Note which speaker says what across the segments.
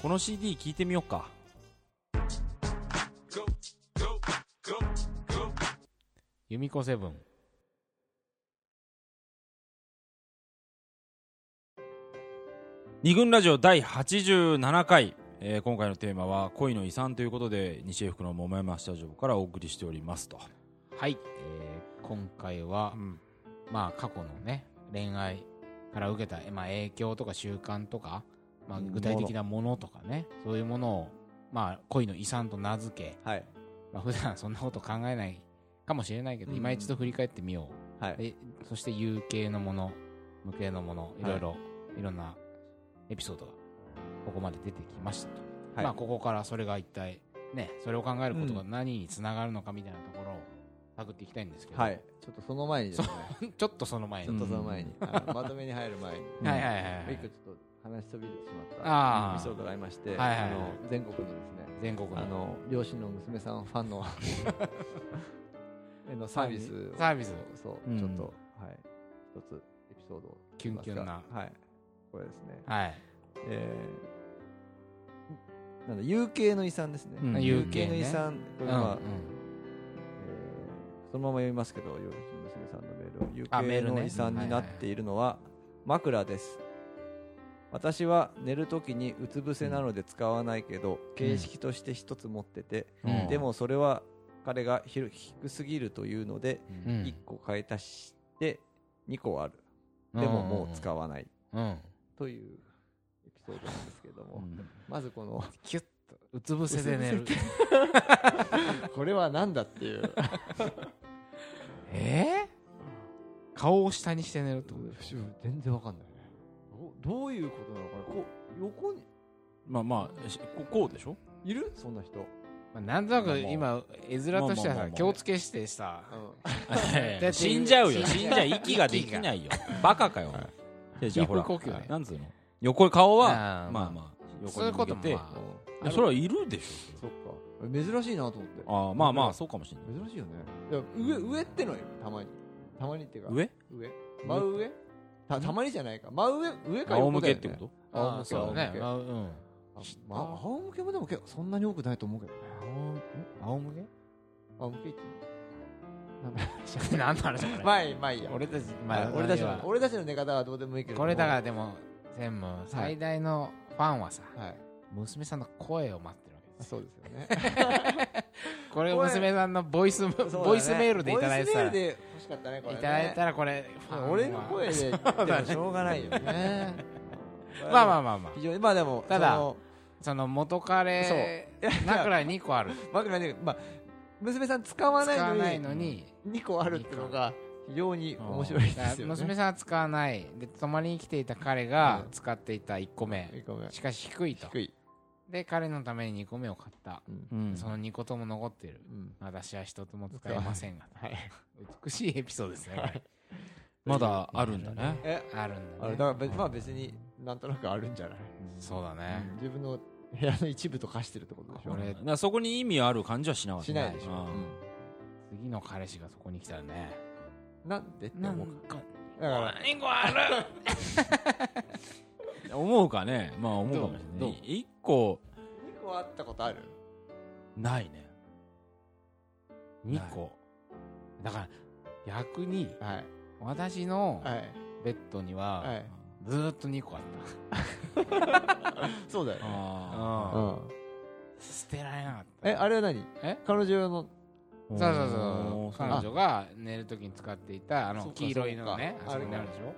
Speaker 1: この CD 聞いてみようか。ユミコセブン。二軍ラジオ第87回、えー今回のテーマは恋の遺産ということで西江福の桃山スタジオからお送りしておりますと、
Speaker 2: はい、えー今回は、まあ過去のね恋愛から受けた、まあ、影響とか習慣とか、まあ、具体的なものとかねそういうものを、まあ、恋の遺産と名付け、
Speaker 3: はい。
Speaker 2: まあ、普段そんなこと考えないかもしれないけど、
Speaker 3: うん
Speaker 2: 今一度振り返ってみよ
Speaker 3: は
Speaker 2: う
Speaker 3: い。
Speaker 2: でそして有形のもの無形のものいろいろ、い、ろんなエピソードがここまで出てきましたと、
Speaker 3: はい
Speaker 2: まあここからそれが一体ねそれを考えることが何につながるのかみたいなところを探っていきたいんですけど、
Speaker 3: はい。ちょっとその前にですね、
Speaker 2: ちょっとその前
Speaker 3: ちょ
Speaker 2: に
Speaker 3: っ。とその前に、あのまとめに入る前に、
Speaker 1: うん
Speaker 2: はいはいはいは
Speaker 3: 一
Speaker 2: い
Speaker 3: 個ち。ょっと話し飛びてしまっ
Speaker 2: あ
Speaker 3: た
Speaker 2: ー
Speaker 3: エピソードがありまして、
Speaker 2: はいはいはい
Speaker 3: あの全国のですね、
Speaker 2: 全国の
Speaker 3: あの両親の娘さんファンの へのサービスを
Speaker 2: サービス。
Speaker 3: そう、
Speaker 1: うん
Speaker 3: ちょっとはい一つエピソードを
Speaker 2: キュンキュンな
Speaker 3: はいこれですね、
Speaker 2: はい。
Speaker 3: えー、なんだ有形の遺産ですね、
Speaker 1: うん
Speaker 2: 有
Speaker 3: 有形
Speaker 2: 形
Speaker 3: の遺
Speaker 2: ね。
Speaker 3: 産こ
Speaker 2: う
Speaker 3: れ
Speaker 2: ん
Speaker 3: は、まあ
Speaker 2: うん
Speaker 3: えーそのまま読みますけど、よろしく娘さんのメールを。有
Speaker 2: あメー
Speaker 3: 形
Speaker 2: ル
Speaker 3: の
Speaker 2: ね
Speaker 3: 遺産になっているのは枕です。私は寝るときにうつ伏せなので使わないけど、形式として一つ持ってて、
Speaker 2: うん
Speaker 3: でもそれは彼がひる低すぎるというので、
Speaker 2: うん
Speaker 3: 1個買い足して2個ある。でももう使わない。
Speaker 2: うん。うん
Speaker 3: というエピソードなんですけど
Speaker 1: う
Speaker 3: も、
Speaker 1: ん
Speaker 3: まずこの、
Speaker 2: キュッと、うつ伏せで寝る。
Speaker 3: これは何だっていう。
Speaker 2: えー顔を下にして寝るってことでしょ
Speaker 3: 全然わかんないねどどういうことなのかなこう横に
Speaker 1: まあまあしここうでしょ
Speaker 3: いるそんな人
Speaker 2: まあなんとなく今、絵面としては
Speaker 1: まあまあまあ
Speaker 2: さ
Speaker 1: ま、あ
Speaker 2: 気をつけしてさ、
Speaker 1: えー死んじゃうよ死んじゃう息ができないよバカかよいやじゃあほら
Speaker 2: 皮膚呼吸ね
Speaker 1: なんつうの横顔は
Speaker 2: あー
Speaker 1: まあまあ横
Speaker 2: そうい
Speaker 1: に
Speaker 2: う
Speaker 1: 向
Speaker 2: こ
Speaker 1: け
Speaker 2: とも
Speaker 1: てい
Speaker 2: ま
Speaker 1: やそれはいるでし
Speaker 3: そっか珍しいなと思って
Speaker 1: ょああまあまあそうかもしれない
Speaker 3: 珍しいよねいや上上ってのよたまにたまにっていうか
Speaker 1: 上
Speaker 3: 上真上たたまにじゃないか真上上か
Speaker 1: 顔
Speaker 3: 横
Speaker 1: 向
Speaker 3: だ
Speaker 1: け
Speaker 3: よ、ね、
Speaker 1: ってこと
Speaker 2: あ、ああ
Speaker 3: 仰
Speaker 2: そう
Speaker 3: 向け
Speaker 2: だね。ま
Speaker 3: 仰
Speaker 2: あう
Speaker 3: 向
Speaker 2: ん。
Speaker 3: けあまあ仰向けもでも結構そんなに多くないと思うけどね
Speaker 2: 仰向
Speaker 3: 仰向けって
Speaker 2: け何の話だこれ
Speaker 3: まあいいまあいいや
Speaker 2: 俺たち、
Speaker 3: はい
Speaker 2: まあ、
Speaker 3: 俺たち
Speaker 2: 要
Speaker 3: の
Speaker 2: は
Speaker 3: 俺たちの寝方はどうでもいいけど
Speaker 2: これだからでも専務最大のファンはさ、
Speaker 3: らはい
Speaker 2: 娘さんの声を待ってるわ けです
Speaker 3: そうですよね
Speaker 2: これを娘さんのボイス、
Speaker 3: そうだね
Speaker 2: ボイスメールでいただいてたら、
Speaker 3: ボイスメールで欲しかったねこれ
Speaker 2: い
Speaker 3: ね
Speaker 2: ただいたらこれファンは
Speaker 3: 俺の声で言ってもしょう がないよね
Speaker 2: まあま
Speaker 3: あ
Speaker 2: あまあまあ
Speaker 3: 非常にまあでも
Speaker 2: ただ
Speaker 3: その
Speaker 2: その元彼枕に2個ある
Speaker 3: 枕にまあ娘さん使わない
Speaker 2: 使わ
Speaker 3: の
Speaker 2: ない
Speaker 3: に
Speaker 2: のに、
Speaker 3: 2個あるっていうのが非常に面白いで
Speaker 2: だか
Speaker 3: す
Speaker 2: ら
Speaker 3: よね
Speaker 2: 娘さんは使わないで泊まりに来ていた彼が
Speaker 3: うん
Speaker 2: 使っていた1個目
Speaker 3: ごめん
Speaker 2: しかし低いと
Speaker 3: 低い
Speaker 2: で彼のために2個目を買った、
Speaker 3: うん
Speaker 1: うん
Speaker 2: その2個とも残ってる
Speaker 3: うん
Speaker 2: 私は一つも使えませ んが、美しいエピソードですね、これ
Speaker 1: まだあるんだね
Speaker 3: え
Speaker 2: あるん
Speaker 3: あ
Speaker 2: だ
Speaker 3: れ
Speaker 2: ね
Speaker 3: だからべまあ別になんとなくあるんじゃない
Speaker 2: そうだね、
Speaker 3: 自分の部屋の一部と化してるってことでしょ
Speaker 2: これ
Speaker 1: だからそこに意味ある感じはしなかった
Speaker 3: しないでしょ
Speaker 1: あー
Speaker 2: 次の彼氏がそこに来たらね
Speaker 3: うんなんでって思う
Speaker 2: か
Speaker 3: だから
Speaker 2: 何個ある
Speaker 1: 思うかねまあ思うかもしれ
Speaker 2: ど
Speaker 1: な
Speaker 2: う
Speaker 1: い
Speaker 2: どう
Speaker 1: 一個
Speaker 3: 2個あったことある
Speaker 1: ないね
Speaker 2: 二個だから逆に
Speaker 3: はい
Speaker 2: 私の
Speaker 3: はい
Speaker 2: ベッドに
Speaker 3: は
Speaker 2: はいずーっと2個あっ
Speaker 3: そうだよね
Speaker 1: あ
Speaker 2: た、
Speaker 3: う
Speaker 2: うん
Speaker 3: ん
Speaker 2: 捨てられなかった
Speaker 3: えあれは何
Speaker 2: え
Speaker 3: 彼女用の
Speaker 1: ー
Speaker 2: そうそう
Speaker 1: お
Speaker 2: そう
Speaker 1: ー
Speaker 2: 彼女が寝るときに使っていたあ
Speaker 3: そう
Speaker 2: の
Speaker 3: か
Speaker 2: 黄色いのね
Speaker 3: そ
Speaker 2: あ
Speaker 3: うか
Speaker 2: そこにあるでしょ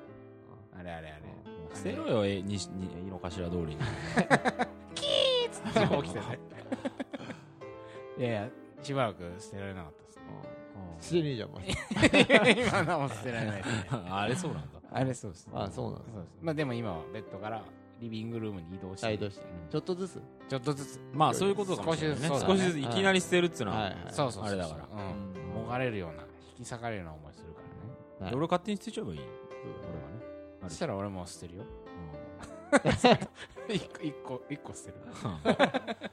Speaker 2: あれあれあれ
Speaker 1: 捨てろよえにしに井の頭通りに
Speaker 2: そこ起きてねいやいやしばらく捨てられなかったですね
Speaker 3: 捨てねえじゃんもう
Speaker 2: 今のも捨てられないですね
Speaker 1: あれそうなんだ
Speaker 2: あれそうですね
Speaker 3: あそうなんです
Speaker 2: そうですまあでも今はベッドからリビングルームに移動して
Speaker 3: あ移動して
Speaker 2: うん
Speaker 3: ちょっとずつ
Speaker 2: ちょっとずつ
Speaker 1: まあそういうことかもしれないね
Speaker 2: 少しずつ
Speaker 1: 少しずついきなり捨てるっつうの
Speaker 3: は
Speaker 1: はい
Speaker 2: そうそうそうそう
Speaker 1: あれだから
Speaker 2: うん
Speaker 3: うん
Speaker 2: もがれるような引き裂かれるような思いするからね
Speaker 3: はい
Speaker 1: 俺勝手に捨てちゃえばいい俺はね
Speaker 2: そしたら俺も捨てるよ一個一個一個捨てる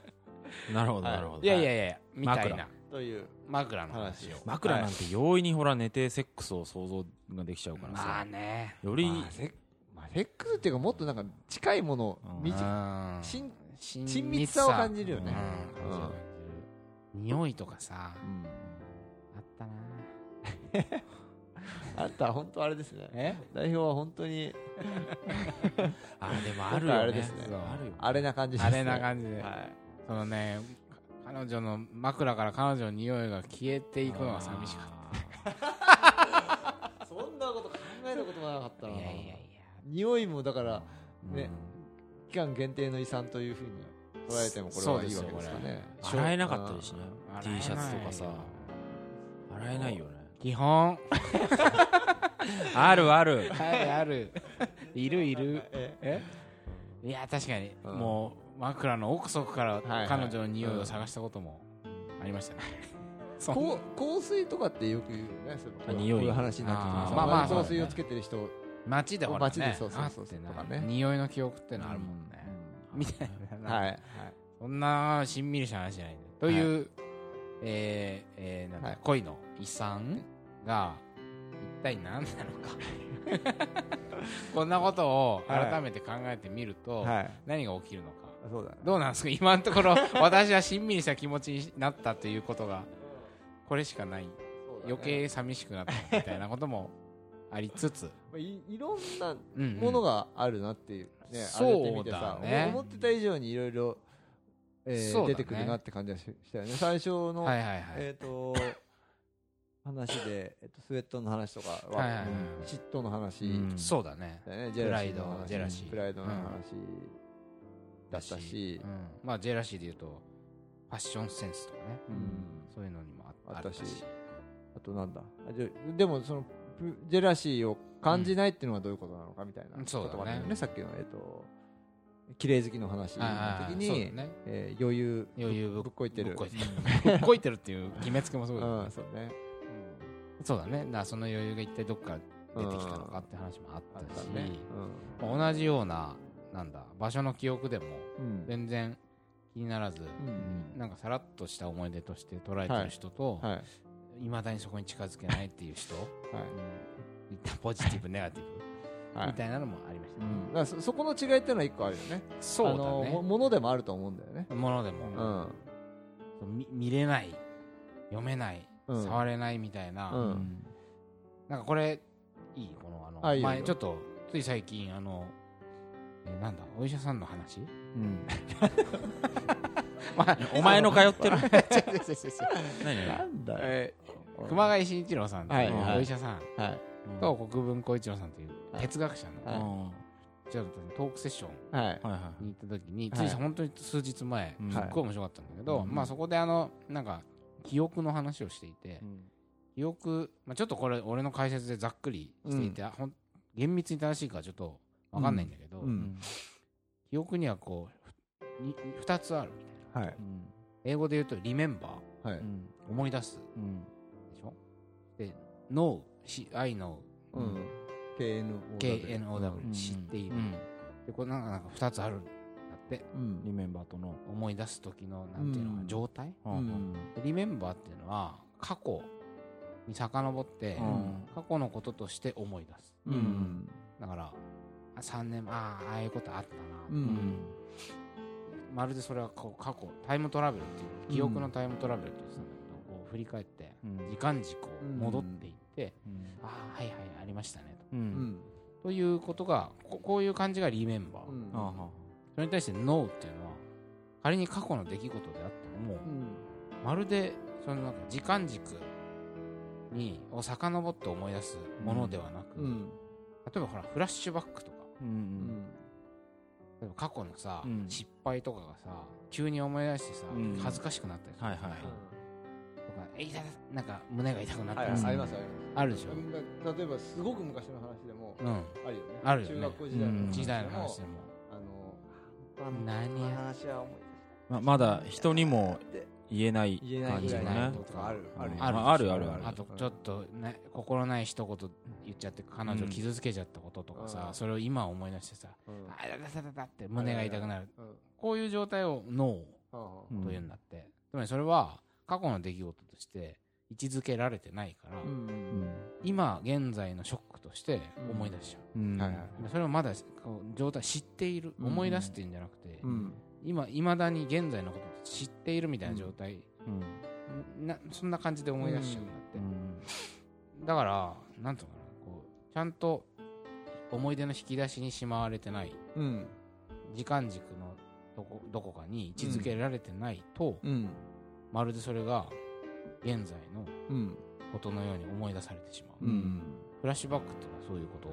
Speaker 1: うんなるほど
Speaker 3: はい
Speaker 1: なるほど
Speaker 2: いやいやいやいやみたいな
Speaker 3: という
Speaker 2: 枕の話を
Speaker 3: 話
Speaker 1: 枕なんて容易にほら寝てセックスを想像ができちゃうから
Speaker 2: まあ
Speaker 1: さ
Speaker 2: ね
Speaker 1: より
Speaker 3: まあセッまあセックスっていうかもっとなんか近いもの
Speaker 1: うん
Speaker 3: 身近
Speaker 2: うん
Speaker 3: 身
Speaker 2: 親
Speaker 3: 親密さを感じるよ
Speaker 2: う
Speaker 3: ね
Speaker 2: ん
Speaker 3: うん
Speaker 2: 感じる感じる匂いとかさ
Speaker 3: う
Speaker 2: あ
Speaker 3: ん
Speaker 2: ったな
Speaker 3: あんたは本当あれですね
Speaker 2: え
Speaker 3: 代表は本当に
Speaker 2: あでもある
Speaker 3: な
Speaker 2: よ
Speaker 3: んかあ
Speaker 2: ね
Speaker 3: れですね
Speaker 2: そう
Speaker 1: あるよ
Speaker 3: あれな感じです
Speaker 2: あ
Speaker 3: ね
Speaker 2: れな感じで
Speaker 3: はい
Speaker 2: そのねか彼女の枕から彼女の匂いが消えていくのが寂しかっ
Speaker 3: そんなこと考えたこともなかった
Speaker 2: た
Speaker 3: ない
Speaker 2: やいやいや
Speaker 3: 匂いもだからね
Speaker 2: うん
Speaker 3: 期間限定の遺産というふうに捉えてもこれはいいわけです
Speaker 2: そう
Speaker 3: か
Speaker 2: ですよ
Speaker 3: ね
Speaker 2: これ
Speaker 1: 洗えなかったりしね
Speaker 2: 洗えない
Speaker 1: T シャツとかさ洗えないよね
Speaker 2: 基本
Speaker 1: あるある
Speaker 2: はいあ るいるいる
Speaker 3: え
Speaker 2: えいや確かに、
Speaker 3: うん
Speaker 2: もう枕の奥底から
Speaker 3: いはい
Speaker 2: 彼女の匂いを探したこともありました ね、そんな
Speaker 3: こう香水とかってよく言うよねそのこう
Speaker 1: 匂い
Speaker 3: こういう話になってきます
Speaker 1: あーまあまあ
Speaker 3: 香水をつけてる人
Speaker 2: 街でほら、ね、
Speaker 3: 街でそうそうそう
Speaker 2: あってな
Speaker 3: とかね
Speaker 2: 匂いの記憶ってのあるもんね、みたいな、
Speaker 3: はいはい
Speaker 2: そんなしんみりした話じゃないんだよという、えーえーなんだ
Speaker 3: はい
Speaker 2: 恋の遺産が一体何なの かこんなことを改めて考えてみると、
Speaker 3: はい
Speaker 2: 何が起きるのか
Speaker 3: そうだね
Speaker 2: どうなんですか今のとこ ろ私はしんみりした気持ちになったということがこれしかない
Speaker 3: そうだね
Speaker 2: 余計寂しくなったみたいなこともありつ つ、
Speaker 3: まあいいろんな
Speaker 2: うんうん
Speaker 3: ものがあるなっていうね、
Speaker 2: そう
Speaker 3: 歩いてみてさ、
Speaker 2: だね
Speaker 3: 思ってた以上にいろいろ、えー
Speaker 2: そうだね
Speaker 3: 出てくるなって感じがししたよね最初の、
Speaker 2: はいはいはい、
Speaker 3: えっ、と話で、えっとスウェットの話とかは、
Speaker 2: はいはいはい
Speaker 3: 嫉妬の話、
Speaker 1: うん
Speaker 2: そうだね
Speaker 3: だよねジェ
Speaker 2: プ
Speaker 3: ラ
Speaker 2: ラ
Speaker 3: シ
Speaker 2: イ
Speaker 3: ー
Speaker 2: ド
Speaker 3: の話
Speaker 2: ジェラシー
Speaker 3: プライドの話だ
Speaker 2: だ
Speaker 3: った
Speaker 2: し
Speaker 3: し、
Speaker 2: うん、まあジェラシーでいうとファッションセンスとかね
Speaker 3: うん
Speaker 2: そういうのにもあ
Speaker 3: あ
Speaker 2: あ
Speaker 3: っ
Speaker 2: ったた
Speaker 3: し
Speaker 2: し
Speaker 3: あとなんだあじゃでもそのプジェラシーを感じないっていうのはどういうことなのかみたいな
Speaker 2: うん
Speaker 3: こともあったよね,、
Speaker 2: そうだね
Speaker 3: さっきのえっ、と綺麗好きの話の
Speaker 2: はいはいはい
Speaker 3: 時
Speaker 2: そう
Speaker 3: に、
Speaker 2: だね
Speaker 3: えー余裕
Speaker 2: 余裕ぶ
Speaker 3: ぶ
Speaker 2: っ
Speaker 3: っこいて
Speaker 2: ぶっ
Speaker 3: る
Speaker 2: こいてるぶっこいてるっていう決めつけもす
Speaker 3: う
Speaker 2: ごい、
Speaker 3: んそうね
Speaker 2: そうだねだからその余裕が一体どっから出てきたのかって話もあっ
Speaker 3: あったた
Speaker 2: し、
Speaker 3: ね
Speaker 2: まあ同じようななんだ場所の記憶でも
Speaker 3: うんうん
Speaker 2: 全然気にならず、
Speaker 3: うん
Speaker 2: なんかさらっとした思い出として捉えてる人と、
Speaker 3: はいはい
Speaker 2: いまだにそこに近づけないっていう人 いったポジティブネガティブ、
Speaker 3: はい
Speaker 2: みたいなのもありました
Speaker 3: う
Speaker 2: ね、
Speaker 3: んだからそそこの違いっていうのは一個あるよね
Speaker 2: そうだ
Speaker 3: あのも
Speaker 2: ね
Speaker 3: ものでもあると思うんだよね
Speaker 2: ものでも、
Speaker 3: うん
Speaker 2: そうみ見れない読めない、
Speaker 3: うん
Speaker 2: 触れないみたいな、
Speaker 3: うん
Speaker 2: なんかこれいいこのあの
Speaker 3: あいいよ
Speaker 2: 前ちょっとつい最近あの、えーなんだお医者さんの 話、まあ、
Speaker 1: お前の通って る
Speaker 2: 違う違う違う違う
Speaker 1: 何何
Speaker 3: なんだよ
Speaker 2: えー熊谷慎一郎さんと
Speaker 3: は
Speaker 1: は
Speaker 3: い
Speaker 1: い
Speaker 2: いうお医者さん
Speaker 3: はい
Speaker 2: と国分光一郎さんという
Speaker 3: はい
Speaker 2: 哲学者
Speaker 1: うん
Speaker 2: の
Speaker 1: は
Speaker 2: ちょっとトークセッション
Speaker 3: はい
Speaker 1: いは
Speaker 2: に行った時につ
Speaker 3: はい
Speaker 2: い本当に数日前
Speaker 1: いうん
Speaker 2: すっごい面白かったんだけど
Speaker 3: はい
Speaker 2: まあそこであのなんか記憶の話をしていて記憶まあちょっとこれ俺の解説でざっくりしていてあほん厳密に正しいかはちょっとわかんないんだけど
Speaker 3: うんうん
Speaker 2: 記憶にはこうに2つあるみたいな
Speaker 3: はい
Speaker 2: 英語で言うとリメンバー
Speaker 3: はい
Speaker 2: 思い出すでしょで know she- I know
Speaker 3: うん KNOW
Speaker 2: KNOW
Speaker 1: ん
Speaker 2: 知っている
Speaker 1: うん
Speaker 2: でこれなんかなんか2つあるんだって
Speaker 3: うん
Speaker 1: リメンバーとの
Speaker 2: 思い出す時のなんていうのか
Speaker 3: う
Speaker 2: なん状態、
Speaker 1: う
Speaker 3: うん
Speaker 1: ん
Speaker 2: リメンバーっていうのは過去に遡って、
Speaker 1: うん
Speaker 2: 過去のこととして思い出す
Speaker 3: うんうん
Speaker 2: だからあ3年前ああああいうことあったな、
Speaker 3: うん
Speaker 2: まるでそれはこう過去タイムトラベルっていう記憶のタイムトラベルって言ってたんだけど、こう振り返って
Speaker 1: うん
Speaker 2: 時間軸を
Speaker 3: うん
Speaker 2: 戻っていって、
Speaker 1: うん
Speaker 2: ああはいはいありましたね
Speaker 1: う
Speaker 3: うんん
Speaker 2: とということがここういう感じがリメンバー、
Speaker 3: うん
Speaker 1: あはは
Speaker 2: それに対して「NO」っていうのは仮に過去の出来事であってももう
Speaker 3: うん
Speaker 2: まるでそのなんか時間軸にを遡って思い出すものではなく、
Speaker 3: う
Speaker 2: 例
Speaker 3: ん
Speaker 2: えばほらフラッシュバックとか
Speaker 1: うん
Speaker 3: うん
Speaker 2: 例えば過去のさ、
Speaker 1: うん
Speaker 2: 失敗とかがさ急に思い出してさ、
Speaker 1: うん
Speaker 2: 恥ずかしくなったりする
Speaker 1: はいはいはい
Speaker 2: とかえ痛いなんか胸が痛くなった
Speaker 3: はい
Speaker 2: り
Speaker 3: はい
Speaker 2: さ、
Speaker 3: ありますあります
Speaker 2: あるでしょ、
Speaker 3: 例えばすごく昔の話でも
Speaker 2: うん
Speaker 3: あるよね
Speaker 2: あるよね
Speaker 3: 中学校時代の
Speaker 1: うん
Speaker 2: 時代の話でも、
Speaker 3: あの
Speaker 2: 何
Speaker 3: この話は思い
Speaker 1: ままだ人にも
Speaker 3: 出して
Speaker 1: 言えない
Speaker 3: 言えない
Speaker 1: 感
Speaker 3: ぐ
Speaker 1: じ
Speaker 3: ら
Speaker 1: の
Speaker 3: い
Speaker 1: ね
Speaker 3: のことがあるある
Speaker 1: うん
Speaker 2: ある
Speaker 1: あるあるある
Speaker 2: あとちょっと、ね、心ない一言言っちゃって彼女を傷つけちゃったこととかさ、
Speaker 3: うん
Speaker 2: それを今思い出してさ、
Speaker 3: うんうん
Speaker 2: あだだだだだって胸が痛くなる
Speaker 3: うん
Speaker 2: こういう状態を脳
Speaker 3: うん
Speaker 2: というんだって、つまりそれは過去の出来事として位置づけられてないから、
Speaker 3: うん
Speaker 2: 今現在のショックとして思い出しちゃ
Speaker 1: うん
Speaker 3: はいはい
Speaker 2: それをまだこう状態知っている
Speaker 3: うん
Speaker 2: 思い出すっていうんじゃなくて、
Speaker 3: うん
Speaker 2: 今いまだに現在のことを知っているみたいな状態、
Speaker 1: うん
Speaker 2: なそんな感じで思い出しちゃうんだって、だからなんとかなこうちゃんと思い出の引き出しにしまわれてない
Speaker 3: うん
Speaker 2: 時間軸のどこどこかに位置づけられてないと、
Speaker 3: うん
Speaker 2: まるでそれが現在の
Speaker 3: うん
Speaker 2: ことのように思い出されてしまう、
Speaker 3: うん
Speaker 2: フラッシュバックっていうのはそういうこと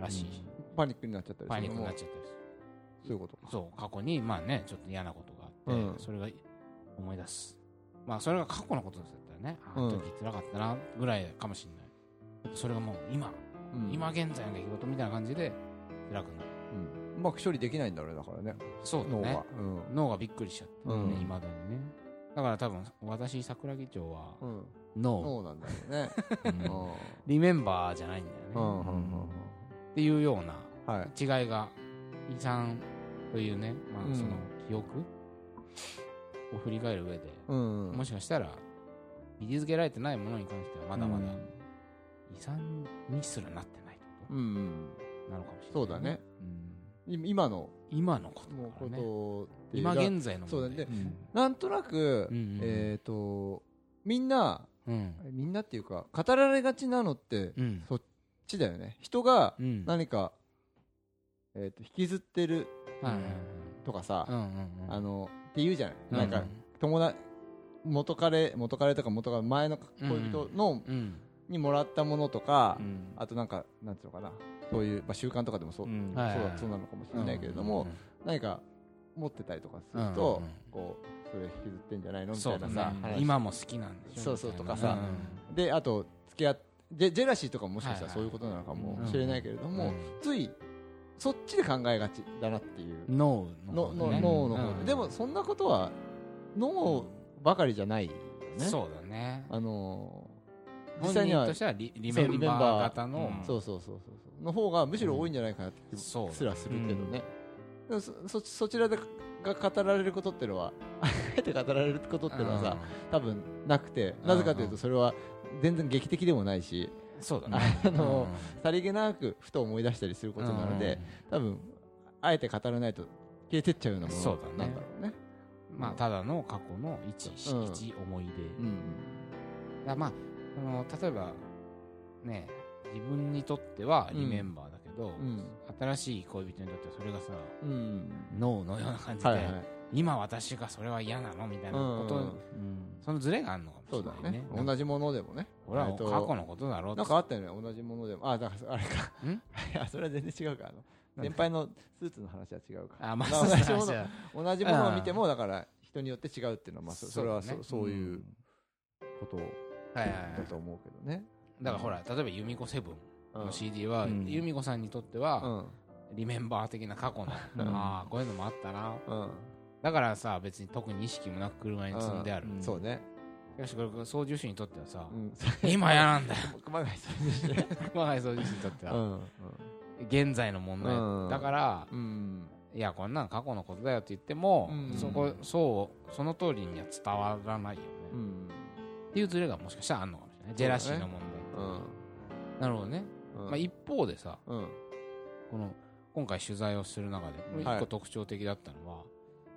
Speaker 2: らしい、
Speaker 3: パニックになっちゃったり
Speaker 2: パニックに
Speaker 3: も
Speaker 2: なっ
Speaker 3: う
Speaker 2: ちゃったりする
Speaker 3: そういうこと
Speaker 2: そう過去にまあねちょっと嫌なことがあって、
Speaker 3: うん
Speaker 2: それが思い出すまあそれが過去のことだったらねあ
Speaker 3: うん
Speaker 2: の時辛かったなぐらいかもしれない、それがもう今、
Speaker 3: うん
Speaker 2: 今現在の出来事みたいな感じで辛くなる
Speaker 3: うんうまく処理できないんだろうねだからね
Speaker 2: そうだ
Speaker 3: 脳
Speaker 2: ね
Speaker 3: がうん
Speaker 2: 脳がびっくりしちゃってね
Speaker 3: うん
Speaker 2: いま、未だにねだから多分私桜木町は
Speaker 3: うん
Speaker 2: 脳、
Speaker 3: 脳なんだよね
Speaker 2: うん
Speaker 3: う
Speaker 2: リメンバーじゃないんだ
Speaker 3: んう
Speaker 2: よね、
Speaker 3: んうんうん
Speaker 2: っていうような
Speaker 3: はい
Speaker 2: 違いが遺産というね、ま
Speaker 3: うん
Speaker 2: あ、その記憶を振り返る上で、
Speaker 3: うん
Speaker 2: もしかしたら位置づけられてないものに関してはまだまだ遺産にすらなってないってこ
Speaker 3: うんうん
Speaker 2: となのかもしれない、
Speaker 3: そうだね
Speaker 2: うん
Speaker 3: い今の
Speaker 2: 今のこと
Speaker 3: もう
Speaker 2: だからね
Speaker 3: ことっていう
Speaker 2: 今
Speaker 3: か
Speaker 2: 現在の
Speaker 3: そうだね
Speaker 2: うん
Speaker 3: なんとなく
Speaker 2: うんうん
Speaker 3: えっとみんな
Speaker 2: うん
Speaker 3: みんなっていうか語られがちなのって
Speaker 2: うん
Speaker 3: ちだよね人が
Speaker 2: うん
Speaker 3: 何かえっと引きずってる
Speaker 2: はいはい
Speaker 3: とかさ
Speaker 2: はいうんうんうん
Speaker 3: あのって言うじゃ
Speaker 2: う
Speaker 3: ないなんか友達元彼元彼とか元彼前の恋人の
Speaker 2: うん
Speaker 3: にもらったものとか
Speaker 2: うん
Speaker 3: あとなんかなんていうのかなそういうまあ習慣とかでもそうそう
Speaker 1: うん
Speaker 2: はい
Speaker 3: だそうなのかもしれないけれども何か持ってたりとかする
Speaker 2: う
Speaker 3: と
Speaker 2: んうん
Speaker 3: こうそれ引きずってんじゃないのみ
Speaker 2: そ
Speaker 3: た
Speaker 2: う
Speaker 3: い
Speaker 2: だ
Speaker 3: な
Speaker 2: ね
Speaker 3: さ話
Speaker 2: 今も好きなんでしょ
Speaker 3: そうそうとか
Speaker 2: みたい
Speaker 3: さ
Speaker 2: なうん
Speaker 3: であと付き合っジェジェラシーとかももしかした
Speaker 2: はいはい
Speaker 3: らそういうことなのかもしれないけれ
Speaker 2: う
Speaker 3: ども
Speaker 2: ん
Speaker 3: ついそっちで考えがちだなっていう
Speaker 2: 脳
Speaker 3: の
Speaker 2: 方
Speaker 3: の
Speaker 2: ね
Speaker 3: 脳の
Speaker 2: う
Speaker 3: 方
Speaker 2: ん
Speaker 3: ででもそんなことは脳ばかりじゃないよね
Speaker 2: そうだね
Speaker 3: あのー
Speaker 2: 本
Speaker 3: 実際に
Speaker 2: 人
Speaker 3: は
Speaker 2: としてはリリメンバー型の
Speaker 1: うん
Speaker 3: そうそうそうそうの方がむしろ多いんじゃないかなって気も
Speaker 2: そう
Speaker 3: すらするけどね、でもそそそちらでが語られることっていうのは あえて語られることっていうのはさ、多分なくてなぜかという
Speaker 2: うんう
Speaker 3: と
Speaker 2: ん
Speaker 3: それは全然劇的でもないし
Speaker 2: うんそうだね
Speaker 3: あのさりげなくふと思い出したりすることなので、多分あえて語らないと消えてっちゃうようなも
Speaker 2: そ
Speaker 3: の
Speaker 2: うだね
Speaker 3: なんだろうね
Speaker 2: うんまあただの過去の一一
Speaker 3: うん
Speaker 2: 思い出
Speaker 3: うん
Speaker 2: だまああの例えばね自分にとってはリメンバーだけど、
Speaker 3: ん
Speaker 2: 新しい恋人にとってはそれがさ
Speaker 3: うん、うん
Speaker 2: 脳のような感じで、
Speaker 3: はいはい
Speaker 2: 今私がそれは嫌なのみたいなこと、
Speaker 3: うん
Speaker 2: そのズレがあるのか
Speaker 3: そう
Speaker 2: も
Speaker 3: だ
Speaker 2: しれ
Speaker 3: ね
Speaker 2: ないねなんか
Speaker 3: 同じものでもね
Speaker 2: これは
Speaker 3: えっと
Speaker 2: 過去のことだろう
Speaker 3: なんかあったよね同じものでもあだからあれか
Speaker 2: ん
Speaker 3: いやそれは全然違うからあの先輩のスーツの話は違うから
Speaker 2: あまあ
Speaker 3: だ
Speaker 2: そう
Speaker 3: から
Speaker 2: だ
Speaker 3: 同じ
Speaker 2: 話
Speaker 3: もの
Speaker 2: だ
Speaker 3: 同じものを見てもだから人によって違うっていうのはまあそそ
Speaker 2: そう
Speaker 3: れ
Speaker 2: だ
Speaker 3: は
Speaker 2: ね
Speaker 3: そそういうこと
Speaker 2: はいはいはい
Speaker 3: だと思うけどね
Speaker 2: だからほら例えば由美子セブン
Speaker 3: うん
Speaker 2: の CD は
Speaker 1: うん
Speaker 2: 由美子さんにとって
Speaker 3: う
Speaker 2: は
Speaker 3: ん
Speaker 2: リメンバー的な過去の
Speaker 1: うん
Speaker 2: ああこういうのもあったな
Speaker 3: うん
Speaker 2: だからさ別に特に意識もなく車に積んである
Speaker 1: うん
Speaker 3: そうね
Speaker 2: しかしこれ操縦士にとってはさ
Speaker 3: うん
Speaker 2: 今嫌なんだよ
Speaker 3: 熊谷さんでし
Speaker 2: 熊谷操縦士にとって
Speaker 3: た
Speaker 2: は現在の問
Speaker 3: うん
Speaker 2: 題だから
Speaker 3: うん
Speaker 2: いやこんなん過去のことだよって言っても
Speaker 3: うん
Speaker 2: そこそうその通りには伝わらないよね
Speaker 3: うん
Speaker 2: っていうズレがもしかしたらあるのかもしれないジェラシーの問
Speaker 3: う
Speaker 2: 題
Speaker 3: ん
Speaker 2: なるほどね
Speaker 3: うん
Speaker 2: まあ一方でさ
Speaker 3: うん
Speaker 2: この今回取材をする中で
Speaker 3: うん
Speaker 2: 一個特徴的だったのは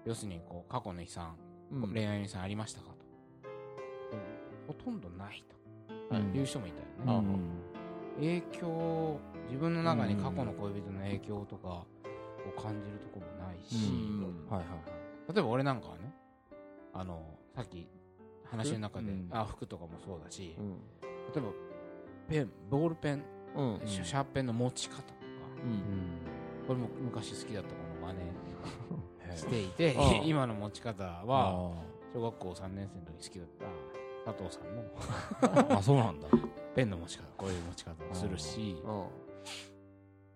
Speaker 2: 要するにこう過去の遺産
Speaker 3: うん
Speaker 2: 恋愛の遺産ありましたかとほとんどない
Speaker 1: は
Speaker 2: と
Speaker 1: い
Speaker 2: いう人もいたよね
Speaker 1: うん
Speaker 2: 影響自分の中に過去の恋人の影響とかを感じるとこもないし、
Speaker 3: うん
Speaker 1: はいはい
Speaker 2: 例えば俺なんかはねあのさっき話の中で、
Speaker 1: うん
Speaker 2: あ服とかもそうだし、
Speaker 3: うん
Speaker 2: 例えばペンボールペン、
Speaker 3: うん
Speaker 2: シャシャーペンの持ち方とか
Speaker 3: うん
Speaker 2: これも昔好きだったこの真似していて
Speaker 3: ああ
Speaker 2: 今の持ち方は
Speaker 1: は
Speaker 2: 小学校3年生の時好きだった佐藤さんの
Speaker 1: あそうなんだ
Speaker 2: ペンの持ち方こういう持ち方をするし
Speaker 3: うん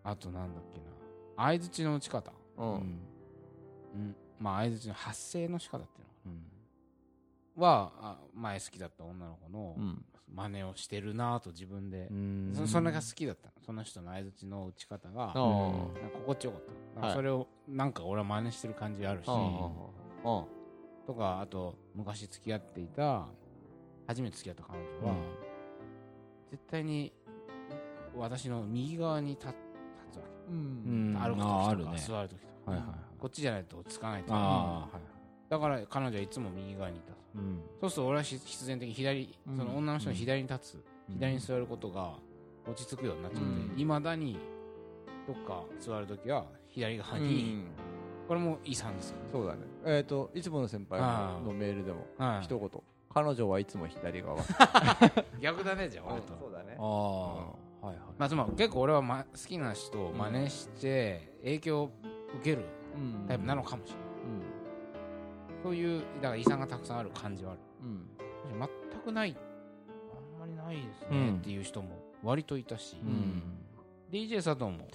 Speaker 2: あとなんだっけな相づちの打ち方
Speaker 3: うん
Speaker 2: うん、まあ相づちの発声の仕方っていうのか
Speaker 1: うん
Speaker 2: なはあ前好きだった女の子の
Speaker 3: うん
Speaker 2: 真似をしてるなぁと自分で、
Speaker 1: うん
Speaker 2: そそれが好きだったのその人の相づちの打ち方が
Speaker 3: あー
Speaker 2: なんか心地よかったなんか
Speaker 3: はい
Speaker 2: それをなんか俺は真似してる感じがあるし
Speaker 3: あああ
Speaker 2: とかあと昔付き合っていた初めて付き合った彼女は、絶対に私の右側に立立つわけ、
Speaker 3: う
Speaker 1: う
Speaker 3: ん
Speaker 1: ん
Speaker 2: 歩く時とか
Speaker 1: あーあるね
Speaker 2: 座る時とか、
Speaker 1: はいはいはい
Speaker 2: こっちじゃないとつかないと
Speaker 1: ああ、はい。
Speaker 2: だから彼女はいつも右側にいたと
Speaker 1: うん。
Speaker 2: そうすると俺はし必然的に左
Speaker 3: うん
Speaker 2: その女の人の左に立つ、
Speaker 1: うん
Speaker 2: 左に座ることが落ち着くようになっちゃ
Speaker 3: う
Speaker 2: っ
Speaker 3: ん
Speaker 2: ていま、未だにどっか座るときは左側に、これも遺産ですよね
Speaker 3: そうだねえっ、といつもの先輩のメールでも
Speaker 2: はい
Speaker 3: 一言彼女はいつも左側
Speaker 2: 逆だねじゃあ俺と、
Speaker 3: うだね
Speaker 1: ああ、はいはい。
Speaker 2: まあ、つまり結構俺は、ま、好きな人を真似して影響を受ける
Speaker 3: うん
Speaker 2: タイプなのかもしれない、そういうだから遺産がたくさんある感じはある
Speaker 3: うん
Speaker 2: 全くないあんまりないですね、
Speaker 1: うん
Speaker 2: っていう人も割といたし、
Speaker 1: うん
Speaker 2: DJ 佐藤も、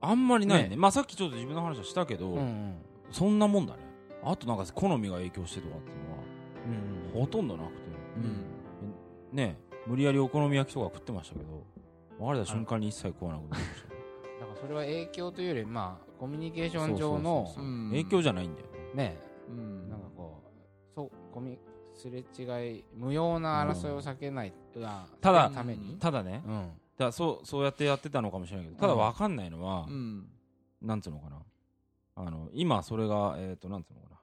Speaker 1: あんまりないね
Speaker 2: ね
Speaker 1: まあさっきちょっと自分の話はしたけど、
Speaker 2: うんうん
Speaker 1: そんなもんだねあとなんか好みが影響してとかっていうのは
Speaker 2: うん
Speaker 1: ほとんどなくて
Speaker 3: うん
Speaker 1: ね無理やりお好み焼きとか食ってましたけど別れた瞬間に一切食わなくなりましたね
Speaker 2: だからそれは影響というよりまあコミュニケーション上の
Speaker 1: そうそうそう
Speaker 3: うん
Speaker 1: 影響じゃないんだよね
Speaker 2: ね
Speaker 3: うん
Speaker 2: なんかこうそうコミすれ違い無用な争いを避けないが
Speaker 1: ただ
Speaker 2: ために
Speaker 1: ただね
Speaker 2: うん
Speaker 1: だからそうそうやってやってたのかもしれないけどただ分かんないのは
Speaker 3: う、ん
Speaker 1: なんつうのかなあの今それがえっ、となんつうのかな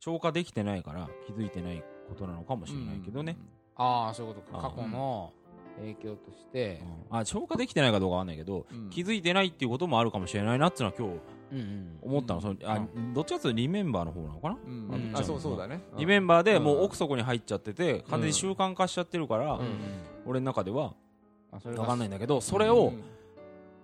Speaker 1: 消化できてないから気づいてないことなのかもしれないけどね、
Speaker 2: ああそういうこと
Speaker 1: あ
Speaker 2: か
Speaker 1: ー
Speaker 2: 過去の影響として
Speaker 1: うんあ消化できてないかどうかわかんないけど、
Speaker 3: うん
Speaker 1: 気づいてないっていうこともあるかもしれないなっていうのは今日
Speaker 2: うんうん
Speaker 1: 思ったの、
Speaker 3: うん
Speaker 1: そのあどっちかっていうとリメンバーの方なのかな、
Speaker 3: うん
Speaker 2: うん
Speaker 3: あそうそうだね
Speaker 1: リメンバーでもう
Speaker 3: うん
Speaker 1: 奥底に入っちゃってて完全に習慣化しちゃってるから、
Speaker 2: うんうん
Speaker 1: 俺の中では
Speaker 2: あそれ
Speaker 1: 分
Speaker 2: が
Speaker 1: かんないんだけどそれ
Speaker 3: う
Speaker 1: を
Speaker 3: ん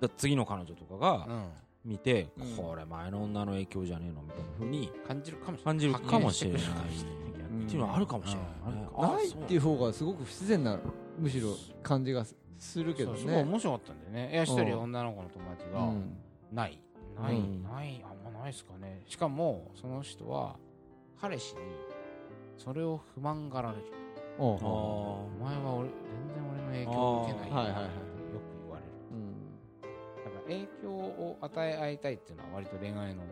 Speaker 1: だ次の彼女とかが
Speaker 2: うん
Speaker 1: 見て、
Speaker 3: うん
Speaker 1: これ前の女の影響じゃねえのみたいな風に
Speaker 2: 感じるかもしれない
Speaker 1: 感じるかもしれない
Speaker 2: 発見してくるかもしれない
Speaker 1: っていうのはあるかもしれないね、あ
Speaker 3: ないっていう方がすごく不自然なむしろ感じがすするけ
Speaker 2: そ
Speaker 3: ど
Speaker 2: うすごい
Speaker 3: ね
Speaker 2: 面白かったんだよねいや一
Speaker 3: うん
Speaker 2: 人女の子の友達がないない、
Speaker 1: うん
Speaker 2: ないあんまないですかねしかもその人は彼氏にそれを不満がられる
Speaker 3: お
Speaker 1: あ
Speaker 2: お
Speaker 1: ー
Speaker 2: 前は俺全然俺の影響を受けないよ
Speaker 3: あーはいはいはい
Speaker 2: よく言われるだから影響を与え合いたいっていうのは割と恋愛の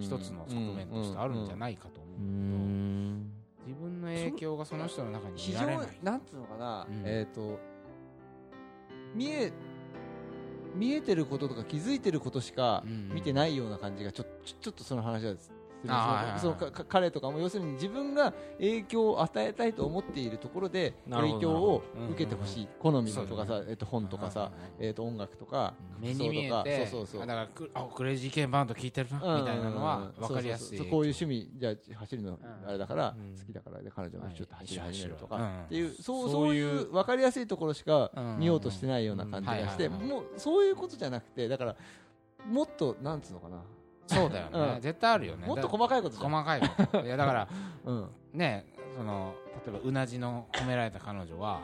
Speaker 2: 一つの側面としてあるんじゃ
Speaker 3: い
Speaker 2: ないかと思う
Speaker 1: うー
Speaker 2: んだ
Speaker 1: ん
Speaker 2: けど自分の影響がその人の中に
Speaker 3: 非
Speaker 2: 見ら
Speaker 3: 常
Speaker 2: れない
Speaker 3: なんつうのかな
Speaker 2: うん
Speaker 3: えっと見え見えてることとか気づいてることしか見てないような感じがちょっとちょっとその話はする
Speaker 2: あーはいはいはい
Speaker 3: そのかか彼とかも要するに自分が影響を与えたいと思っているところで
Speaker 1: なるほど
Speaker 3: 影響を
Speaker 2: なるほど
Speaker 3: 受けてほしい好みのとか
Speaker 2: そ
Speaker 3: さえっと本とかさえっと音楽とか
Speaker 2: 目に見えて
Speaker 3: そうそうそう
Speaker 2: あだからクあクレイジーケンバンド聞いてるなみたいなのは分かりやすい
Speaker 3: そうそうそうこういう趣味じゃあ走るの
Speaker 2: ん
Speaker 3: あれだから
Speaker 1: うん
Speaker 3: 好きだからで彼女も
Speaker 2: はい
Speaker 3: ちょっと走り始めると
Speaker 2: う
Speaker 3: か
Speaker 2: ん
Speaker 3: っていうそう
Speaker 1: そ
Speaker 3: そうう
Speaker 1: いう
Speaker 3: いう分かりやすいところしか
Speaker 2: うん
Speaker 3: 見ようとしてないような感じがして
Speaker 2: うんはいはい
Speaker 3: もうそういうことじゃなくてだからもっとなんつうのかな
Speaker 2: そうだよね、
Speaker 3: うん
Speaker 2: 絶対あるよね
Speaker 3: もっと
Speaker 2: だ
Speaker 3: 細かいことじゃん
Speaker 2: 細かいこといやだから
Speaker 3: うんうん
Speaker 2: ねその例えばうなじの褒められた彼女は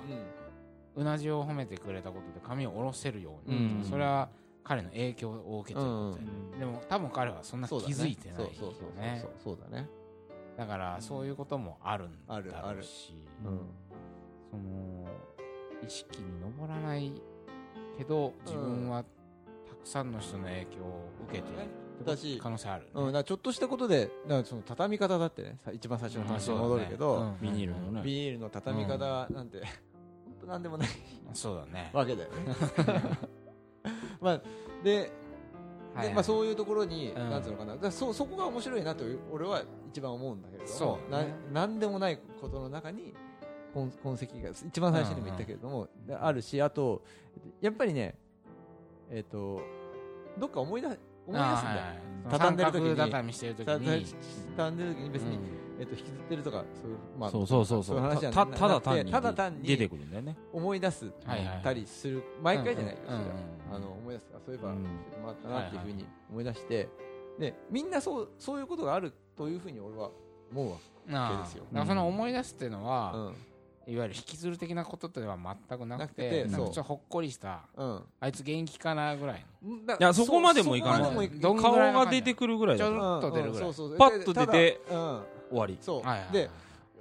Speaker 2: うなじを褒めてくれたことで髪を下ろせるように、
Speaker 1: うん
Speaker 2: それは彼の影響を受けてることだよね、
Speaker 1: うん
Speaker 2: でも多分彼はそんな気
Speaker 3: そうだね
Speaker 2: づいてないよね
Speaker 3: そうそうそうそうそうだね
Speaker 2: だからそういうこともあるんだ
Speaker 3: あ
Speaker 2: ろ
Speaker 3: る
Speaker 2: うし
Speaker 1: う
Speaker 3: うんん
Speaker 2: その意識に上らないけど自分はたくさんの人の影響を受けて
Speaker 3: だし
Speaker 2: 可能性ある、ね
Speaker 3: うんだからちょっとしたことでだからその畳み方だってねさ一番最初の話に戻るけど
Speaker 1: ビニールのね、
Speaker 3: ビニールの畳み方なんて 本当なんでもない
Speaker 2: そうだね。
Speaker 3: わ けだよねまあで
Speaker 2: はい
Speaker 3: でまあ、そういうところに、
Speaker 2: うん
Speaker 3: なんつうのかなだからそそこが面白いなという俺は一番思うんだけれども
Speaker 2: そうね
Speaker 3: ななんでもないことの中に痕痕跡が一番最初にも言ったけれども、であるしあとやっぱりねえっ、とどっか思い出思い出すんだよ、畳
Speaker 2: 畳
Speaker 3: ん
Speaker 2: んでる時
Speaker 3: でる時に
Speaker 2: に畳みしてる時
Speaker 3: た
Speaker 2: に
Speaker 3: たんでる時に別に、
Speaker 2: うん
Speaker 3: えっと引きずってるとかそういう,、まあ、
Speaker 1: そうそうそうそう
Speaker 3: そういう話じゃ
Speaker 1: た
Speaker 3: な
Speaker 1: ただ単に
Speaker 3: なくてただ単に
Speaker 1: 出てくるんだよね
Speaker 3: 思い出す
Speaker 2: はいはい
Speaker 3: たりする毎回じゃないよ、
Speaker 2: うんうん
Speaker 3: それは
Speaker 2: うん
Speaker 3: あの思い出すあそういえば、
Speaker 1: うん
Speaker 3: まあったなっていうふうに思い出して、でみんなそうそういうことがあるというふうに俺は思うわ
Speaker 2: なあ
Speaker 3: ですよ
Speaker 2: だからその思い出すっていうの
Speaker 3: う
Speaker 2: は、
Speaker 3: ん
Speaker 2: いわゆる引きずる的なことでは全くなくて
Speaker 3: なくて
Speaker 2: なんか
Speaker 3: そう
Speaker 2: ちょっとほっこりした
Speaker 3: うん
Speaker 2: あいつ元気かなぐらい
Speaker 3: だ
Speaker 1: いやそこまでもいかない
Speaker 3: そこまでも
Speaker 2: どんぐ
Speaker 1: 顔
Speaker 2: らいの
Speaker 1: が出てくるぐらいだか
Speaker 2: ち
Speaker 1: ら
Speaker 2: ょっと出るぐらい
Speaker 3: うんうんそうそう
Speaker 1: パッと出て
Speaker 3: ただうん
Speaker 1: 終わり
Speaker 3: そう、
Speaker 2: のはいはいはい
Speaker 3: で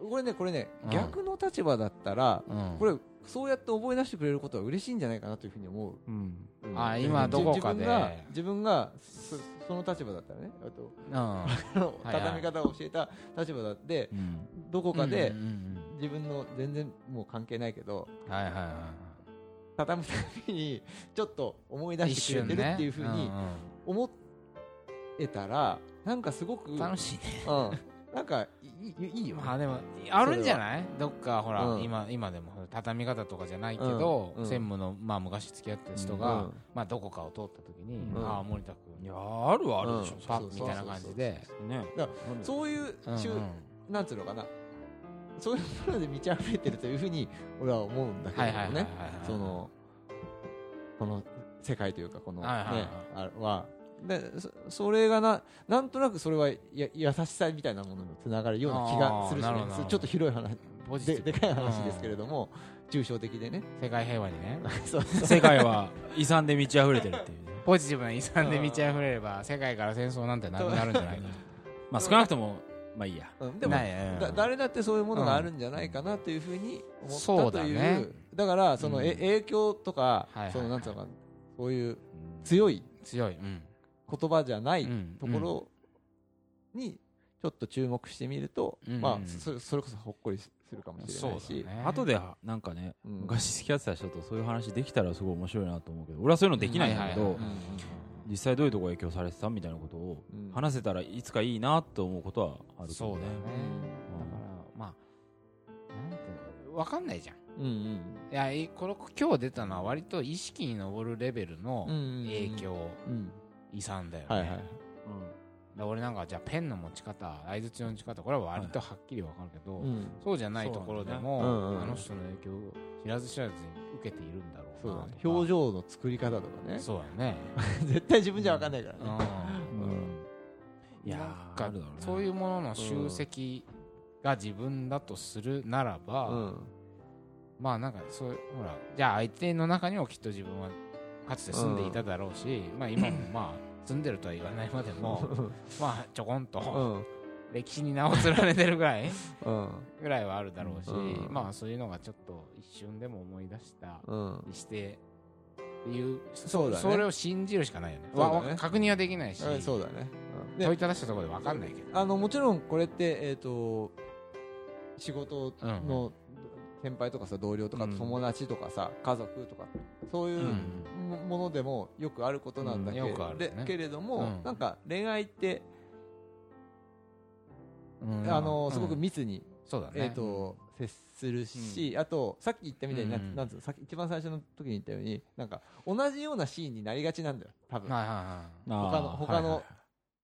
Speaker 3: これねこれね、
Speaker 2: うん
Speaker 3: 逆の立場だったら、
Speaker 2: うん
Speaker 3: これそうやって覚え出してくれることは嬉しいんじゃないかなというふうに思う、
Speaker 1: うん
Speaker 3: うん
Speaker 2: あ今どこかで
Speaker 3: 自分が自分がそその立場だったらねあと
Speaker 2: うん
Speaker 3: あの
Speaker 2: はいはい
Speaker 3: 畳み方を教えた立場だってどこかで
Speaker 2: うんうん
Speaker 3: 自分の全然もう関係ないけど
Speaker 2: うんはいはいはいは
Speaker 3: 畳むたびにちょっと思い出
Speaker 2: い一
Speaker 3: してく
Speaker 2: 瞬
Speaker 3: れてる
Speaker 2: ね
Speaker 3: っていうふうに
Speaker 2: んん
Speaker 3: 思っえたらなんかすごく、うん、
Speaker 2: 楽しいね
Speaker 3: なんかいいいいよね、
Speaker 2: まあでもあるんじゃないどっかほら、
Speaker 3: うん
Speaker 2: 今今でも畳み方とかじゃないけど、
Speaker 3: うんうん
Speaker 2: 専務の、まあ、昔付き合ってた人が、
Speaker 3: うん
Speaker 2: まあ、どこかを通った時に、
Speaker 3: うん
Speaker 2: ああ森田君
Speaker 1: いやあるはあるでしょ、
Speaker 3: うん
Speaker 1: そ
Speaker 2: パ
Speaker 1: ら
Speaker 2: ッみたいな感じで、
Speaker 1: ね
Speaker 3: だかそういう、
Speaker 2: うんうん
Speaker 3: しゅなんつうのかなそういうもので満ち溢れてるというふうに俺は思うんだけ
Speaker 2: は
Speaker 3: れ
Speaker 2: い
Speaker 3: ど
Speaker 2: はい
Speaker 3: も
Speaker 2: はいはい
Speaker 3: ねそのこの世界というかこのね
Speaker 2: はいはいはい
Speaker 3: あはでそそれがななんとなくそれはや優しさみたいなものにつながるような気がするし、
Speaker 2: あーなる
Speaker 3: ね
Speaker 2: ほどなる、ほ
Speaker 3: そ
Speaker 2: ど
Speaker 3: うちょっと広い話
Speaker 2: ポジテ
Speaker 3: で
Speaker 2: ィブ
Speaker 3: でかい話ですけれども、抽象的でね
Speaker 2: 世界平和にね
Speaker 3: そう
Speaker 1: 世界は遺産で満ち溢れてる っていうね
Speaker 2: ポジティブな遺産で満ち溢れれば世界から戦争なんてなくなるんじゃないか
Speaker 1: まあ少なくともまあいいや
Speaker 3: うんでも
Speaker 2: ないうん
Speaker 3: だ誰だってそういうものがあるんじゃないかなというふうに
Speaker 2: そ
Speaker 3: 思
Speaker 2: う
Speaker 3: った
Speaker 2: だ
Speaker 3: という,、
Speaker 2: ね
Speaker 3: からその、え
Speaker 2: うん
Speaker 3: 影響とか、
Speaker 2: はいはいはい
Speaker 3: そのなんつうのかそういう
Speaker 1: うん
Speaker 3: 強い
Speaker 2: 強い、うん
Speaker 3: 言葉じゃな
Speaker 2: う
Speaker 3: い
Speaker 2: ん
Speaker 3: ところにちょっと注目してみると、
Speaker 2: うん
Speaker 3: ま
Speaker 2: うん
Speaker 3: あ、そそれこそほっこりするかもしれないし、
Speaker 2: ね
Speaker 1: 後でなんかね、
Speaker 3: うん
Speaker 1: 昔付き合ってた人とそういう話できたらすごい面白いなと思うけど俺はそういうのできないんだけど、
Speaker 2: はいはいはい
Speaker 3: うんうん
Speaker 1: 実際どういうところ影響されてたみたいなことを
Speaker 3: うん
Speaker 1: 話せたらいつかいいなと思うことはあるけ
Speaker 2: そ
Speaker 1: ど
Speaker 2: うだよね
Speaker 1: うん
Speaker 2: だからまあなんていうのわかんないじゃん
Speaker 3: うんうん
Speaker 2: いやいこの今日出たのは割と意識に上るレベルの
Speaker 3: うんうんうん
Speaker 2: 影響、
Speaker 3: うん
Speaker 2: 遺産だよね、
Speaker 3: はいはい
Speaker 2: で俺なんかじゃあペンの持ち方相槌の持ち方これは割とはっきりわかるけど、
Speaker 3: うん
Speaker 2: そうじゃないところでも、
Speaker 3: そうなんだねうんうん
Speaker 2: あの人の影響を知らず知らずに受けているんだろう
Speaker 3: そう
Speaker 2: な
Speaker 3: だね
Speaker 2: とか
Speaker 3: 表情の作り方とかね
Speaker 2: そうだね、
Speaker 3: 絶対自分じゃ分かんないから
Speaker 2: う
Speaker 3: ね、
Speaker 1: う
Speaker 2: ん、
Speaker 1: んいや
Speaker 2: なん
Speaker 1: ー
Speaker 2: か
Speaker 1: あるだろうね
Speaker 2: そういうものの集積が自分だとするならば、
Speaker 3: うん
Speaker 2: まあなんかそうほらじゃあ相手の中にもきっと自分はかつて住んでいただろうし、まあ今もまあ住んでるとは言わないまでもまあちょこん
Speaker 3: う
Speaker 2: と
Speaker 3: ん
Speaker 2: 歴史に名を連ねてるぐらい
Speaker 3: うん
Speaker 2: ぐらいはあるだろうし、
Speaker 3: うん
Speaker 2: まあそういうのがちょっと一瞬でも思い出した
Speaker 3: うん
Speaker 2: りしてっていう
Speaker 3: そうだね
Speaker 2: それを信じるしかないよね
Speaker 3: そうだね
Speaker 2: わわ確認はできないし、
Speaker 3: うんそうだね、うんで
Speaker 2: 問いただしたところで分かんないけど
Speaker 3: あのもちろんこれって、えー、と仕事の先輩とかさ同僚とか
Speaker 1: うん
Speaker 3: 友達とかさ、家族とかそういうもものでもよくあることなんだけ,、
Speaker 2: うんよくあるね
Speaker 3: でけれども、
Speaker 2: うん
Speaker 3: なんか恋愛って、
Speaker 2: うん
Speaker 3: あの
Speaker 2: うん
Speaker 3: すごく密に、
Speaker 2: そうだね、
Speaker 3: えーと接するし、あとさっき言ったみたいに、なん
Speaker 2: うん
Speaker 3: なんつうのさっき一番最初の時に言ったようになんか同じようなシーンになりがちなんだよ多分
Speaker 2: はいは
Speaker 1: あー
Speaker 3: 他の他の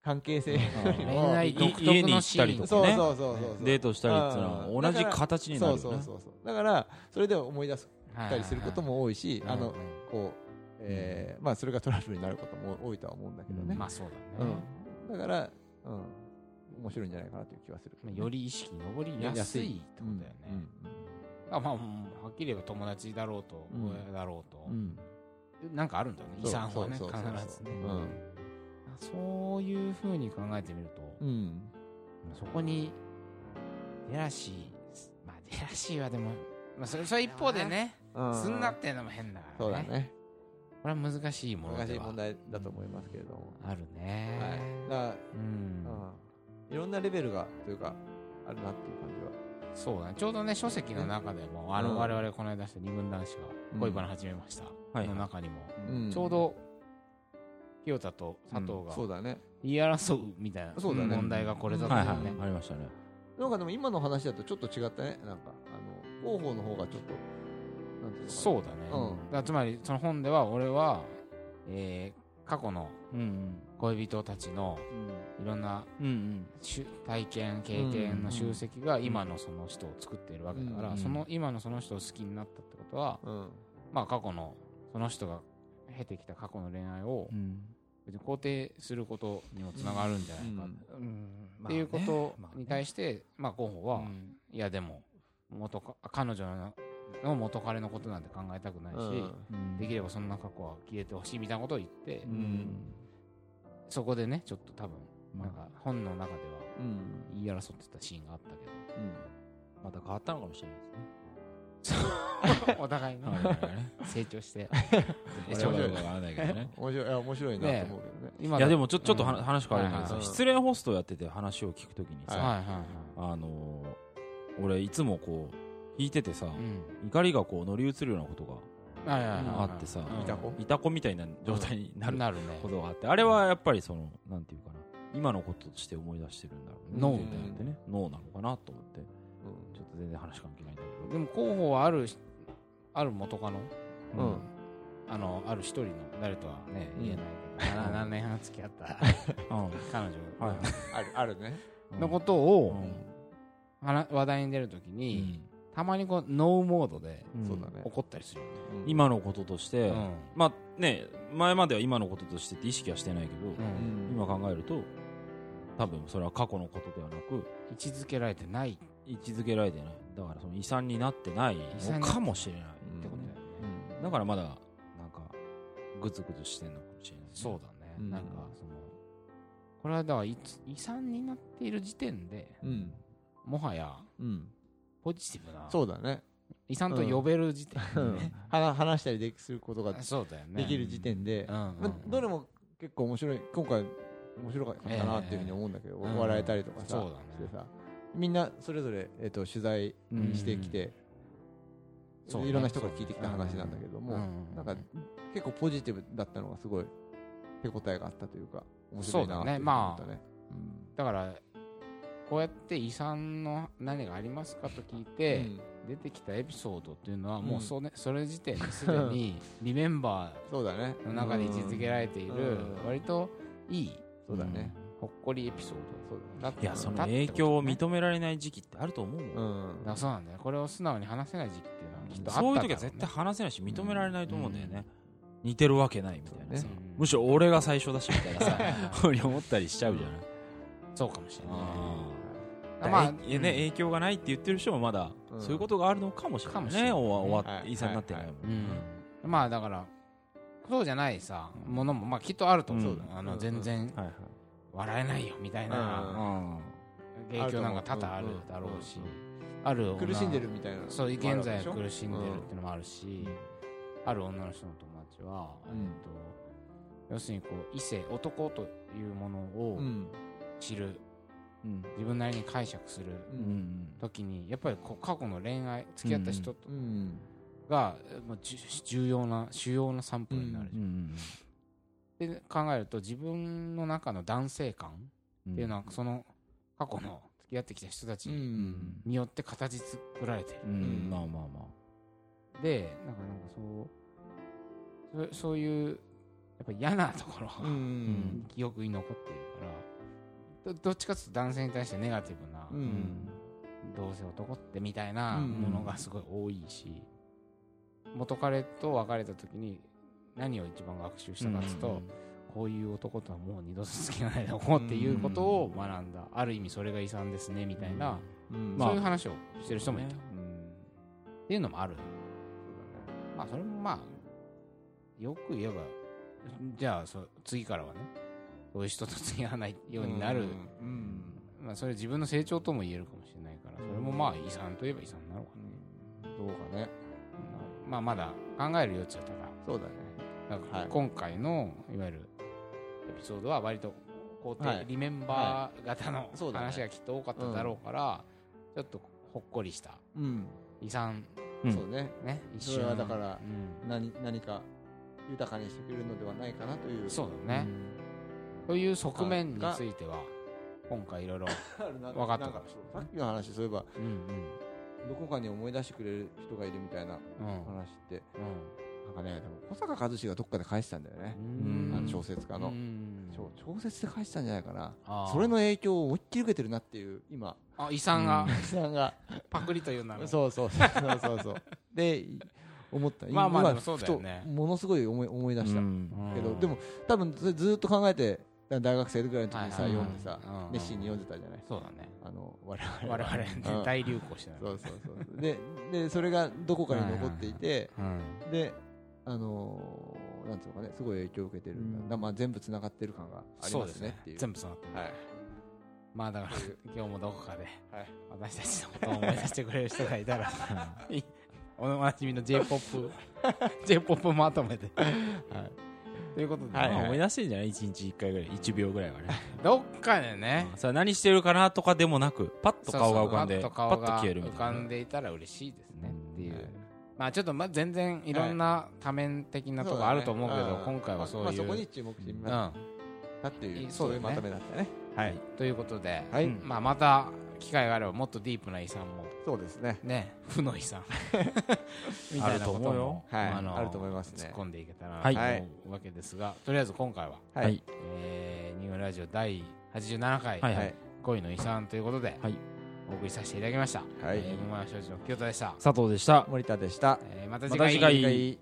Speaker 3: 関係性
Speaker 2: いはい、恋愛
Speaker 1: い
Speaker 2: 独特のシー
Speaker 1: 家
Speaker 2: ン
Speaker 1: に行ったりと
Speaker 3: そう
Speaker 1: かね
Speaker 3: そうそうそうそう
Speaker 1: デートしたりっていうの
Speaker 3: うん
Speaker 1: は同
Speaker 3: だ
Speaker 1: じ
Speaker 3: から
Speaker 1: 形になる
Speaker 3: そ
Speaker 1: よ
Speaker 3: う
Speaker 1: ね
Speaker 3: そうそうそうだからそれで思い出す
Speaker 2: は
Speaker 3: っ
Speaker 2: い
Speaker 3: たりすることも多いし、
Speaker 2: はいはい
Speaker 3: あのこう、えーまあ、それがトラブルになることも多いとは思うんだけど
Speaker 2: う
Speaker 3: ね、
Speaker 2: んまあそうだね、
Speaker 3: うん、だから、うん、面白いんじゃないかなという気はする、
Speaker 2: まあより意識に上りやすいってことだよね、あまあうんはっきり言えば友達だろうと
Speaker 3: うん
Speaker 2: 親だろうと
Speaker 3: うん、うん
Speaker 2: なんかあるんだよね遺産はね必
Speaker 3: そうそうそうそ
Speaker 2: ず
Speaker 3: う
Speaker 2: ねそういうふうに考えてみると
Speaker 3: うんうん
Speaker 2: そこにジェラシーまあジェラシーはでもまあそれそれ一方でね
Speaker 3: う
Speaker 2: すんなっていうのも変だか
Speaker 3: そう
Speaker 2: ら
Speaker 3: だ
Speaker 2: ね
Speaker 3: ね
Speaker 2: これは難しいもの
Speaker 3: 難し
Speaker 2: で
Speaker 3: い
Speaker 2: は
Speaker 3: 問題だと思いますけれども、
Speaker 2: あるね
Speaker 3: はい、だから、
Speaker 2: うん
Speaker 3: うん、いろんなレベルがというかあるなっていう感じは
Speaker 2: そうだねちょうどね書籍の中でもあ
Speaker 3: う
Speaker 2: の
Speaker 3: ん
Speaker 2: 我々この間出した二軍男子が恋バナ始めました
Speaker 1: はい
Speaker 2: の中にも
Speaker 3: うん
Speaker 2: ちょうど清田と佐藤が
Speaker 3: そうだね
Speaker 2: 言い争うみたいな
Speaker 3: そうだね
Speaker 2: 問題がこれだっ
Speaker 1: は
Speaker 2: た
Speaker 1: い
Speaker 2: よ
Speaker 1: はい
Speaker 2: ね。
Speaker 1: ありましたね
Speaker 3: なんかでも今の話だとちょっと違ったねなんかあの広報の方がちょっとなんていうのかな
Speaker 2: そうだね。
Speaker 3: う
Speaker 2: だ
Speaker 3: ん
Speaker 2: からつまりその本では俺は、えー過去の
Speaker 1: うん
Speaker 2: 恋人たちのいろんな
Speaker 1: うんうん
Speaker 2: しゅ体験経験の集積が今のその人を作っているわけだから、
Speaker 1: うん
Speaker 2: その今のその人を好きになったってことは、
Speaker 3: うん
Speaker 2: まあ過去のその人が経てきた過去の恋愛を
Speaker 1: うん
Speaker 2: 別に肯定することにもつながるんじゃないか
Speaker 3: うん
Speaker 2: っていうことに対
Speaker 1: して
Speaker 2: して、まあ候補は、いやでも元か彼女のの元彼のことなんて考えたくないし、できればそんな過去は消えてほしいみたいなことを言って、
Speaker 3: うん
Speaker 2: そこでねちょっと多分
Speaker 1: ま
Speaker 2: なんか本の中では
Speaker 3: うん
Speaker 2: 言い争ってたシーンがあった
Speaker 1: あまた変わったのかもしれないですね
Speaker 2: けどお互いが成長して
Speaker 3: れはよく
Speaker 1: わからないけどね。
Speaker 3: 面白いいや面白いなと思うけどね
Speaker 2: 今
Speaker 1: いやでもちょちょっとは
Speaker 2: うん
Speaker 1: 話変わるんだけど
Speaker 3: はい
Speaker 1: さ、
Speaker 3: はい
Speaker 1: 失恋ホストやってて話を聞くときに
Speaker 2: は
Speaker 1: さ、
Speaker 2: いはいは
Speaker 1: あのー、俺いつもこう、弾いててさ
Speaker 2: い、うん
Speaker 1: 怒りがこう乗り移るようなことが、
Speaker 2: はいはいはい
Speaker 3: うん
Speaker 1: あってさ
Speaker 2: うん
Speaker 3: いた子
Speaker 1: いたこみたいな状態になる
Speaker 2: なるね
Speaker 1: ことがあって、あれはやっぱりその、なんていうかな、今のこととして思い出してるんだろうね
Speaker 2: 脳
Speaker 1: みたいなってね脳なのかなと思ってちょっと全然話関係ないんだけど
Speaker 2: でも候補はあるしある元カノ、
Speaker 3: うん
Speaker 2: あのある一人の誰とはね
Speaker 3: うん
Speaker 2: 言えないけど、な何年半付き合った
Speaker 1: うん
Speaker 2: 彼女
Speaker 1: はいはい
Speaker 3: あるあるね
Speaker 2: のこと
Speaker 1: う
Speaker 2: を
Speaker 1: ん
Speaker 2: 話話題に出るときに、たまにこうノーモードで
Speaker 1: うん
Speaker 3: そうだね
Speaker 2: 怒ったりするよね、
Speaker 3: うん
Speaker 1: 今のこととして、
Speaker 2: うん
Speaker 1: まあね前までは今のこととしてって意識はしてないけど、
Speaker 2: うん
Speaker 1: 今
Speaker 3: うん
Speaker 1: 考えると多分それは過去のことではなく
Speaker 2: 位置づけられてないっ
Speaker 1: 位置づけられてないだからその遺産になってないのかもしれないって
Speaker 2: て
Speaker 1: こ
Speaker 2: こ
Speaker 1: ととだよね
Speaker 2: だよね、
Speaker 1: だからまだなんかグツグツしてんのかもしれないね、
Speaker 2: そうだね、
Speaker 3: うん
Speaker 2: なんかそのこれはだからいつ遺産になっている時点で
Speaker 3: うん
Speaker 2: もはや
Speaker 3: うん
Speaker 2: ポジティブな
Speaker 3: そうだね
Speaker 2: 遺産と呼べる時点で
Speaker 3: うん
Speaker 2: ね、
Speaker 3: 話話したりですることが
Speaker 2: そうだよね
Speaker 3: できる時点で
Speaker 2: うんうん
Speaker 3: まあどれも結構面白い今回面白かったなっていうふうに思うんだけど
Speaker 2: ええ
Speaker 3: 笑えたりとかさ
Speaker 2: そうだね
Speaker 3: してさみんなそれぞれえっと取材してきて
Speaker 2: そうね
Speaker 3: いろんな人から聞いてきた話なんだけども
Speaker 2: うん
Speaker 3: なんか結構ポジティブだったのがすごい手応えがあったというか面白
Speaker 2: そう
Speaker 3: いな
Speaker 2: だ
Speaker 3: ってい
Speaker 2: ね
Speaker 3: うふうに思
Speaker 2: ま
Speaker 3: っ
Speaker 2: あ
Speaker 3: たね
Speaker 2: だからこうやって遺産の何がありますかと聞い
Speaker 3: うん
Speaker 2: て、出てきたエピソードっていうのはもううんそれ,、それ時点ですでにリメンバ
Speaker 3: そうだね
Speaker 2: ーの中で位置づけられている
Speaker 3: うん
Speaker 2: 割といい
Speaker 3: そうだね
Speaker 2: ほっこりエピソー
Speaker 3: そう
Speaker 2: ドだった
Speaker 1: いやその影響を
Speaker 2: 見
Speaker 1: 認められない時期ってあると思うもん、
Speaker 3: だうん
Speaker 2: だからそうなんだよこれを素直に話せない時期っていうのはきっとあったんだろ
Speaker 1: そうう
Speaker 2: ね
Speaker 1: いう時は絶対話せないし認められないと思うんだよね、似てるわけないみたいなさ、
Speaker 2: そうね
Speaker 1: むしろ俺が最初だしみたい なさふうに思ったりしちゃうじゃない
Speaker 2: そうかもしれない
Speaker 1: だ
Speaker 2: まあ
Speaker 1: えいやね、
Speaker 2: うん
Speaker 1: 影響がないって言ってる人もまだ、
Speaker 3: うん
Speaker 1: そういうことがあるのかもしれない
Speaker 2: かも
Speaker 1: ね
Speaker 2: しれないね
Speaker 1: おわ終わっ
Speaker 3: はい
Speaker 1: 遺産になってないもん、
Speaker 2: うんまあだからそうじゃないさものもまあきっとあると思う、
Speaker 1: うん
Speaker 2: あの全然
Speaker 1: はいはい
Speaker 2: 笑えないよみたい
Speaker 3: うん
Speaker 2: な影響なんか多々あるだろうし
Speaker 3: うんうん
Speaker 2: ある女
Speaker 3: 苦しんでるみたいな
Speaker 2: そう現
Speaker 3: もあるわけ
Speaker 2: 在
Speaker 3: でしょ
Speaker 2: 苦しんでるっていうのもあるしある女の人の友達は
Speaker 3: うん
Speaker 2: えっと要するにこう異性男というものを
Speaker 3: うん
Speaker 2: 知る
Speaker 1: うん
Speaker 2: 自分なりに解釈する
Speaker 3: う
Speaker 1: うんん
Speaker 2: 時にやっぱりこう過去の恋愛付き合った人と
Speaker 3: うん
Speaker 2: がまあじゅ重要な主要なサンプルになる
Speaker 1: うんうん
Speaker 2: で考えると自分の中の男性感っていうのはその過去の付き合ってきた人た
Speaker 3: う
Speaker 2: ち
Speaker 3: ん
Speaker 2: によって形作られてる
Speaker 1: うん、
Speaker 3: うん
Speaker 1: まあまあまあ
Speaker 2: でなんかなんかそうそそういうやっぱ嫌なところ
Speaker 3: う
Speaker 2: が
Speaker 3: ん
Speaker 2: 記憶に残っているからどどっちかっていうと男性に対してネガティブな、
Speaker 3: うん
Speaker 2: どうせ男ってみたいな
Speaker 3: うん
Speaker 2: ものがすごい多いし、元彼と別れた時に何を一番学習したかっていうと、こういう男とはもう二度と付き合わないだろうっていうことを学んだ、ある意味それが遺産ですねみたいな、
Speaker 3: うん
Speaker 2: そう
Speaker 3: ま
Speaker 2: いう
Speaker 3: あ
Speaker 2: 話をしてる人もいた、
Speaker 1: ね
Speaker 2: っ、ていうのもあるまあそれもまあよく言えばじゃあそう次からはねそういう人と付き合わないようになる、
Speaker 3: うん
Speaker 2: まあ、それ自分の成長とも言えるかもしれないからそれもまあ遺産といえば遺産なのか
Speaker 3: どうかね
Speaker 2: な、まあまだ考える余地はただ
Speaker 3: そうだね
Speaker 2: だから
Speaker 3: はい
Speaker 2: 今回のいわゆるエピソードは割と肯定、
Speaker 3: はい
Speaker 2: リメンバー型の
Speaker 3: そうだね
Speaker 2: 話がきっと多かっただろうから、ちょっとほっこりした
Speaker 3: うん
Speaker 2: 遺産
Speaker 1: うん
Speaker 3: そうね
Speaker 2: ね一
Speaker 3: そ
Speaker 2: 瞬
Speaker 3: れはだから
Speaker 2: うん
Speaker 3: 何何か豊かにしてくれるのではないかなという
Speaker 2: そうだね、という側面については今回いろいろ、
Speaker 3: あるな
Speaker 2: わかった
Speaker 3: なんさっきの話そういえば
Speaker 2: うんうん
Speaker 3: どこかに思い出してくれる人がいるみたいな
Speaker 2: うん
Speaker 3: 話って
Speaker 2: う
Speaker 3: なんかねでも小坂和志がどっかで返したんだよね
Speaker 2: ん
Speaker 1: うん
Speaker 3: あの小説家
Speaker 2: う
Speaker 3: の
Speaker 2: ん
Speaker 3: 小小説で返したんじゃないかな
Speaker 2: あー
Speaker 3: それの影響を思いっきり受けてるなっていう今
Speaker 2: あ遺産が
Speaker 3: さんが
Speaker 2: パクリというなら
Speaker 3: そうそうそうそうそう そうでい思った
Speaker 2: まあまあ
Speaker 3: 今
Speaker 2: でもそうだよね
Speaker 3: ふとものすごい思い思い出した、
Speaker 1: うん
Speaker 3: けどでも多分それずっと考えてだ大学生ぐらいの時にさ、
Speaker 2: はいはいはい
Speaker 3: 読んでさ、
Speaker 2: うん
Speaker 3: 熱心に読んでたじゃない
Speaker 2: そうだね
Speaker 3: あの我々は
Speaker 2: 我々
Speaker 3: う
Speaker 2: ね
Speaker 3: ん
Speaker 2: 大流行してた
Speaker 3: そうそうそうででそれがどこかに残っていて、
Speaker 2: うん
Speaker 3: であのーなんていうのかねすごい影響を受けてるんだ、
Speaker 1: うん
Speaker 3: だまあ、全部つながってる感があり
Speaker 2: そう
Speaker 3: ま
Speaker 2: ですす
Speaker 3: ね
Speaker 2: ね
Speaker 3: っていう
Speaker 2: 全部そうなってる
Speaker 3: はい
Speaker 2: まあだから今日もどこかで
Speaker 3: はい
Speaker 2: 私たちのことを思い出してくれる人がいたら いおなじみの J−POP J−POP まとめてということで、
Speaker 3: は
Speaker 1: ま
Speaker 3: い
Speaker 1: あ
Speaker 2: まあ
Speaker 1: 思い出せるんじゃない1日1回ぐらい1秒ぐらいはね
Speaker 2: どっかでね
Speaker 1: さあ何してるかなとかでもなくパッと顔が浮かんで
Speaker 2: そうそう
Speaker 1: パッ
Speaker 2: パッ
Speaker 1: と
Speaker 2: と顔が
Speaker 1: 消えるみ
Speaker 2: 浮
Speaker 1: た
Speaker 2: か
Speaker 1: いなん
Speaker 2: でいたら嬉しいですねっていう、
Speaker 3: はい
Speaker 2: まあちょっとまあ全然いろんな多面的なと
Speaker 3: そうだ
Speaker 2: こ
Speaker 3: ね
Speaker 2: あると思うけど、
Speaker 3: ん
Speaker 2: 今回はそういう、
Speaker 3: まあ、そこに注目してみま
Speaker 2: うん
Speaker 3: したってい
Speaker 2: い
Speaker 3: う、そうい
Speaker 2: そ
Speaker 3: う
Speaker 2: うだ
Speaker 3: ま
Speaker 2: ね
Speaker 3: とめだったね
Speaker 2: はい、ということで、
Speaker 4: はい、
Speaker 1: うん
Speaker 2: まあ、また機会があればもっとディープな遺産も
Speaker 4: そうですね。
Speaker 2: ね負の遺産みたいなこ
Speaker 1: あると
Speaker 2: と
Speaker 1: 思うよ
Speaker 2: も
Speaker 4: はいあると思いますね
Speaker 2: 突っ込んでいけたら
Speaker 1: はい
Speaker 2: と思うわけですが、とりあえず今回は、
Speaker 4: はい
Speaker 1: はい
Speaker 2: えー、ニューラジオ第87回、
Speaker 1: はい
Speaker 4: はい
Speaker 2: 恋の遺産ということで、
Speaker 1: はい
Speaker 2: お送りさせていただきました。
Speaker 4: はい
Speaker 2: えー、桃山庄司の清田でした。
Speaker 1: 佐藤でした
Speaker 4: 森田でした。
Speaker 2: えー、また
Speaker 1: ま
Speaker 2: 次
Speaker 1: た
Speaker 2: 回。
Speaker 1: 次回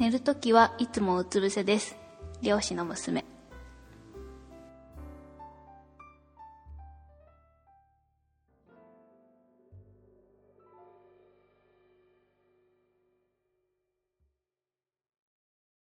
Speaker 5: 寝るときはいつもうつ伏せです。漁師の娘。